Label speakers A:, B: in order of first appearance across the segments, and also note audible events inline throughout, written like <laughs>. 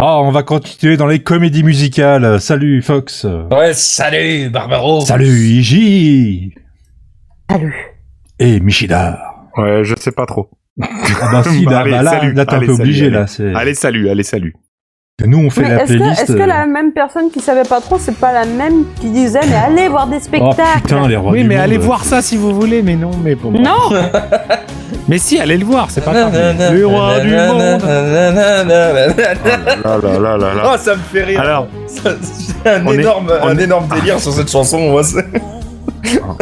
A: Ah, on va continuer dans les comédies musicales. Salut Fox.
B: Ouais, salut Barbaro.
A: Salut Iji.
C: Salut.
A: Et Michidar.
D: Ouais, je sais pas trop.
A: Ah bah si, là,
D: Allez,
A: bah là,
D: salut.
A: là, t'es un
D: Allez,
A: peu
D: salut,
A: obligé là. c'est-
D: Allez, salut, allez, salut.
A: Nous on fait
C: Mais
A: la
C: est-ce que,
A: playlist. euh.
C: est-ce que la même personne qui savait pas trop, c'est pas la même qui disait mais allez voir des
A: Oh
C: spectacles
A: putain, les rois
E: Oui,
A: du
E: mais
A: monde.
E: allez voir ça si vous voulez, mais non, mais bon.
C: Non
E: <laughs> Mais si, allez le voir, c'est pas grave.
B: Le
E: Le roi du <laughs> monde.
D: Ah Là, là, là, là, là.
B: Oh, ça me fait rire.
D: Alors,
B: Ça- J'ai un
D: On est-
B: énorme,
D: on
B: un
D: est-
B: énorme délire sur cette chanson. moi, c'est-
A: Ah,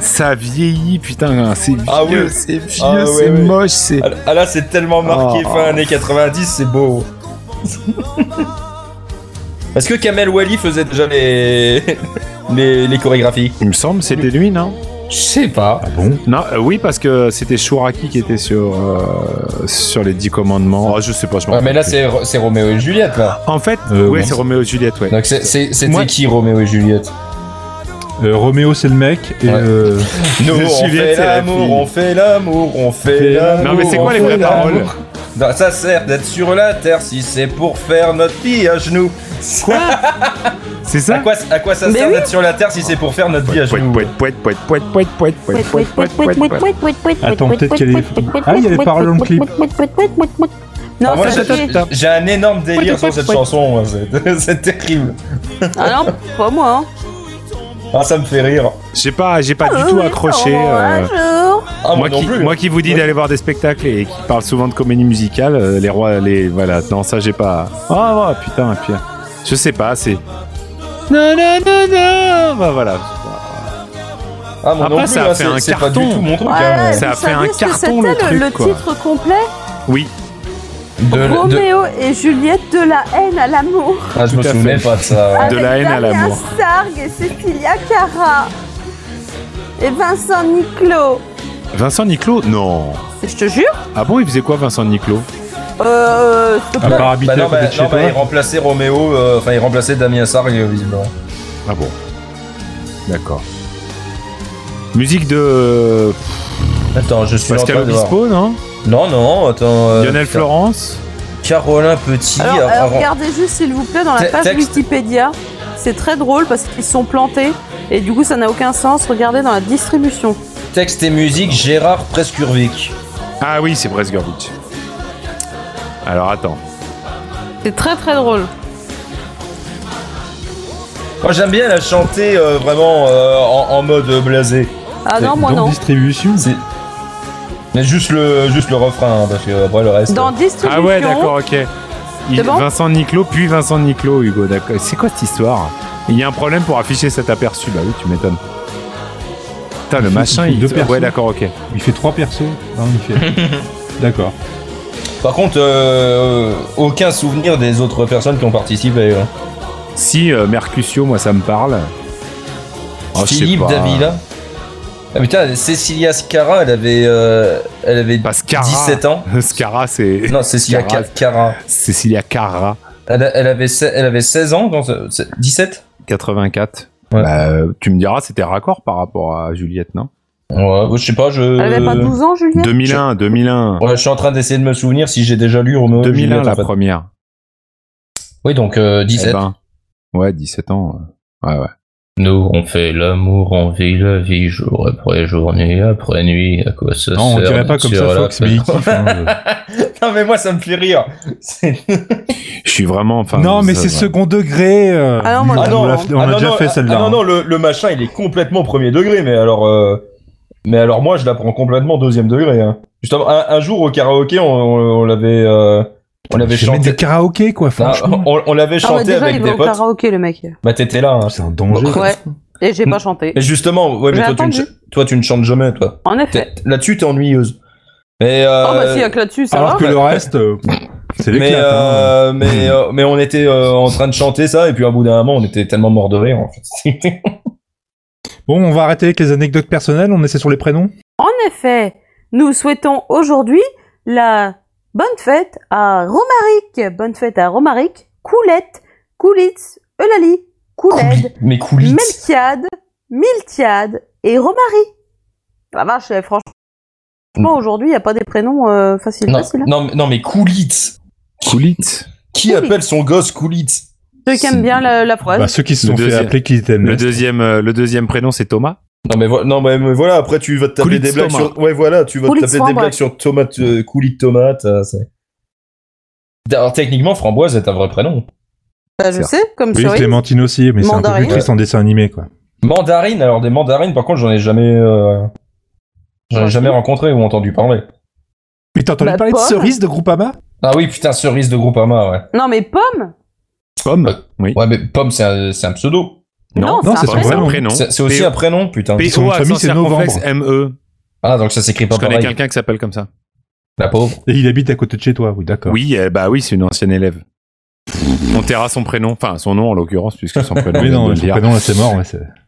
D: ça vieillit, putain, c'est vieux,
B: Ah oui.
D: c'est vieux,
B: Ah ouais,
D: c'est
B: ouais.
D: moche, c'est...
B: Ah, ah, là, c'est tellement marqué
D: Oh.
B: fin années 90, c'est beau. Est-ce que Kamel Wally faisait déjà les <laughs> les, les chorégraphies
D: Il me semble, c'était lui, non
B: Je sais pas.
A: Ah bon
D: Non, euh, oui, parce que c'était Shuraki qui était sur, euh, sur les 10 commandements. Ah, je sais pas, je m'en
B: Ouais, mais là
D: rappelle
B: c'est c'est Roméo et Juliette là.
D: plus. En fait,
A: Euh,
D: ouais,
A: bon.
D: c'est Roméo et Juliette, ouais.
B: Donc c'est- c'est- c'était
D: Moi-
B: qui Roméo et Juliette
A: Euh, Roméo c'est le mec et
B: Ouais.
A: euh,
B: Nous, on
D: Juliette,
B: fait
D: c'est la
B: l'amour,
D: fille.
B: on fait l'amour, on fait l'amour.
D: Non, mais c'est
B: on
D: quoi les
B: fait
D: vraies
B: l'amour.
D: paroles
B: Non, Ça sert d'être sur la terre si c'est pour faire notre vie à genoux.
D: C'est
B: À
D: ça
B: quoi, à quoi ça
C: Mais
B: sert
C: oui.
B: d'être sur la terre si c'est pour faire notre vie à
D: Pouet,
B: genoux
D: pouet, pouet, pouet, pouet, pouet, pouet, pouet, pouet, pouet, pouet, pouet, pouet.
A: Attends, peut-être qu'elle est- Ah, il y a les paroles dans le clip.
B: Ah,
C: Non,
B: moi,
C: Ah, ça
B: j'ai-
C: fait...
B: j'ai- J'ai un énorme délire sur cette chanson, moi, c'est- <laughs> c'est terrible.
C: Ah non, pas moi. hein.
B: Ah, ça me fait rire.
D: J'ai pas, j'ai pas
C: Ah
D: du tout
C: oui,
D: accroché.
C: sûrement,
D: euh,
C: un jour.
B: Ah,
D: moi,
B: moi, non
D: qui,
B: plus.
D: moi qui vous dis
B: Ouais.
D: d'aller voir des spectacles et qui parle souvent de comédie musicale, euh, les rois, les voilà. Non, ça j'ai pas. Ah ouais, putain, puis, je sais pas, c'est. Non, non, non, non. Bah voilà.
B: Ah, moi non
D: Après,
B: plus,
D: ça a
B: hein,
D: fait
B: c'est-
D: un
B: c'est pas du
D: carton.
B: tout mon truc.
C: Ouais,
B: hein.
C: ouais,
D: Ça
C: vous
D: a fait un
C: saviez ce que
D: carton, le
C: c'était
D: truc, quoi. Euh,
C: titre complet
D: Oui.
B: De- de-
C: Roméo et Juliette de la haine à l'amour.
B: Ah, je me
D: Tout à
B: souvenais
D: fait.
B: pas de ça. Bah,
D: De
C: Avec
D: la haine à
C: Damien
D: l'amour.
C: Sargue et Cécilia Cara. Et Vincent Niclot.
D: Vincent Niclot Non.
C: Je te jure
D: Ah bon, il faisait quoi, Vincent Niclot
C: Euh.
A: à part habiter
B: Bah
A: à
B: non,
A: côté
B: bah,
A: de chez
B: non, bah, il
A: toi.
B: remplaçait Roméo, euh, enfin il remplaçait Damien Sargue euh, visiblement.
D: Ah bon. D'accord. Musique de
B: Attends, je suis en train
D: Pascal
B: de voir.
D: Obispo, non
B: Non, non, attends. euh,
D: Lionel
B: putain.
D: Florence
B: Carolin Petit.
C: Alors,
B: avant-
C: euh, regardez juste s'il vous plaît dans la
B: Te-
C: page
B: texte.
C: Wikipédia. C'est très drôle parce qu'ils sont plantés et du coup ça n'a aucun sens. Regardez dans la distribution.
B: Texte et musique, Gérard Prescurvic.
D: Ah oui, c'est Bresgurvitch. Alors attends.
C: C'est très très drôle.
B: Moi j'aime bien la chanter euh, vraiment euh, en, en mode blasé.
C: Ah non, moi
A: Dans
C: non.
A: distribution.
B: C'est- Mais juste le, juste le refrain, hein, parce que après le reste. euh.
C: Dans distribution.
D: Ah ouais, d'accord, ok. Il-
C: C'est bon
D: Vincent Niclot, puis Vincent Niclot, Hugo, d'accord. C'est quoi cette histoire Il y a un problème pour afficher cet aperçu, bah oui, tu m'étonnes. Putain,
C: <laughs>
D: le
A: Il fait-
D: machin,
A: il fait
D: il...
A: deux
D: Ouais,
A: persos.
D: d'accord, ok.
A: Il fait trois persos. Non, il fait. D'accord.
B: Par contre, euh, aucun souvenir des autres personnes qui ont participé. hein.
D: Si, euh, Mercutio, moi, ça me parle. Oh, je sais
B: Philippe
D: pas.
B: Davila. Ah putain, Cécilia Scara, elle avait, euh, elle avait
D: Pas Scara.
B: 17 ans.
D: <laughs> Scara, c'est <laughs>
B: Non, Cécilia
D: Scara.
B: Ca- Cara.
D: Cécilia Cara,
B: Elle, a- elle avait, se- elle avait 16 ans, quand, euh, c'est- 17
D: 84.
B: Ouais.
D: Bah, euh, tu me diras, c'était raccord par rapport à Juliette, non
B: Ouais, je sais pas, je.
C: Elle avait pas 12 ans, Julien Ah
D: 2001, 2001.
B: Ouais, je suis en train d'essayer de me souvenir si j'ai déjà lu Roméo et
D: 2001,
B: Juliette, en
D: la
B: fait.
D: première.
B: Oui, donc euh,
D: Eh
B: 17.
D: ben, ouais, 17 ans. euh, Ouais, ouais.
B: Nous, on fait l'amour, on vit la vie jour après journée, après nuit, à quoi ça
A: Non, on dirait pas comme ça Fox, mais il kiffe. hein, euh.
B: non, mais moi, ça me fait rire. C'est-
D: Je suis vraiment. enfin,
A: non, mais
D: ça,
A: c'est
D: ouais.
A: second degré. euh,
C: Ah non, moi,
A: on
C: Ah
A: l'a-
B: hein.
A: on
B: Ah
A: l'a
B: non,
A: déjà
B: non,
A: fait
B: ah
A: celle-là.
B: non,
A: hein.
B: non, le, le machin, il est complètement premier degré, mais alors. euh, Mais alors, moi, je la prends complètement deuxième degré. hein. Justement, un, un jour au karaoké, on, on- on l'avait. euh, On l'avait
A: J'ai mis
B: chanté.
A: des karaokés, quoi,
B: Non,
A: franchement.
B: on on l'avait
C: Ah ouais,
B: chanté
C: déjà
B: avec
C: il va
B: des
C: au
B: potes.
C: karaoké le mec.
B: Bah, t'étais là. hein.
A: C'est un danger.
C: Ouais. Et j'ai pas chanté.
B: Mais justement, ouais, mais
C: J'ai
B: toi tu, ne,
C: attendu.
B: ch- toi, tu ne chantes jamais, toi.
C: En
B: T'es-
C: effet.
B: Là-dessus, t'es ennuyeuse. Mais, euh,
C: Oh bah si, y a que là-dessus, ça
A: Alors
C: va.
A: que le reste, euh, c'est
B: mais,
A: l'éclat. hein.
B: euh, mais, euh,
A: <laughs>
B: mais on était euh, en train de chanter ça, et puis à bout d'un moment, on était tellement mort de rire. En fait. <laughs>
A: Bon, on va arrêter avec les anecdotes personnelles. On essaie sur les prénoms.
C: En effet, nous souhaitons aujourd'hui la bonne fête à Romaric. Bonne fête à Romaric, Coulette, Coulitz, Eulalie, Couled,
B: mais coulisses.
C: Melchiade, Miltiade et Romari. La vache, eh, franchement, aujourd'hui, il n'y a pas des prénoms euh, faciles.
B: Non,
C: faciles, hein.
B: non, mais- non, mais coulisses.
D: Coolite.
B: Qui
C: Coolitz.
B: appelle son gosse Coolitz
C: Ceux qui aiment bien la, la phrase.
A: Bah, ceux qui se
D: Le
A: sont fait
D: deuxième.
A: appeler qui t'aiment.
D: Le deuxième, euh, le deuxième prénom, c'est Thomas.
B: Non mais, vo- non mais mais voilà, après tu vas te taper
D: Coolitz
B: des blagues
D: Thomas.
B: sur... Ouais voilà, tu vas te
C: Coolitz
B: taper des
C: Framboise.
B: blagues sur tomate, euh, Coolitz Tomate. euh, c'est- Alors techniquement, Framboise est un vrai prénom.
C: Bah, je sais, comme
A: oui,
C: cerise.
A: Clémentine aussi, mais c'est un peu plus
C: Mandarine.
A: triste en dessin animé, quoi.
B: Mandarine, alors des mandarines par contre j'en ai jamais... euh, J'en ai
C: Ouais.
B: jamais rencontré ou entendu parler.
A: Mais t'as entendu
C: Bah,
A: parler de
C: pomme.
A: cerise de Groupama
B: Ah oui, putain, cerise de Groupama, ouais.
C: Non, mais pomme
D: Pomme. Oui.
B: Ouais, mais Pomme, c'est un, c'est un pseudo.
C: Non,
A: non,
C: c'est
A: c'est
C: un
A: son
C: prénom.
D: Euh, C'est un
A: prénom.
D: prénom.
B: C'est c'est aussi
D: P.O.
B: un prénom, putain.
A: P- Son
D: PO,
A: famille,
D: accent
A: c'est novembre.
D: circonflexe, ME.
B: Ah, donc ça s'écrit pas
D: E Je connais
B: pareil.
D: quelqu'un qui s'appelle comme ça.
B: La pauvre.
A: Et il habite à côté de chez toi, oui, d'accord.
D: Oui, euh, bah oui, c'est une ancienne élève. On taira son prénom, enfin son nom en l'occurrence, puisque son prénom.
A: Mais
D: vient
A: non, <laughs>
D: de
A: le
D: le dire.
A: prénom, là, c'est mort. ouais, c'est-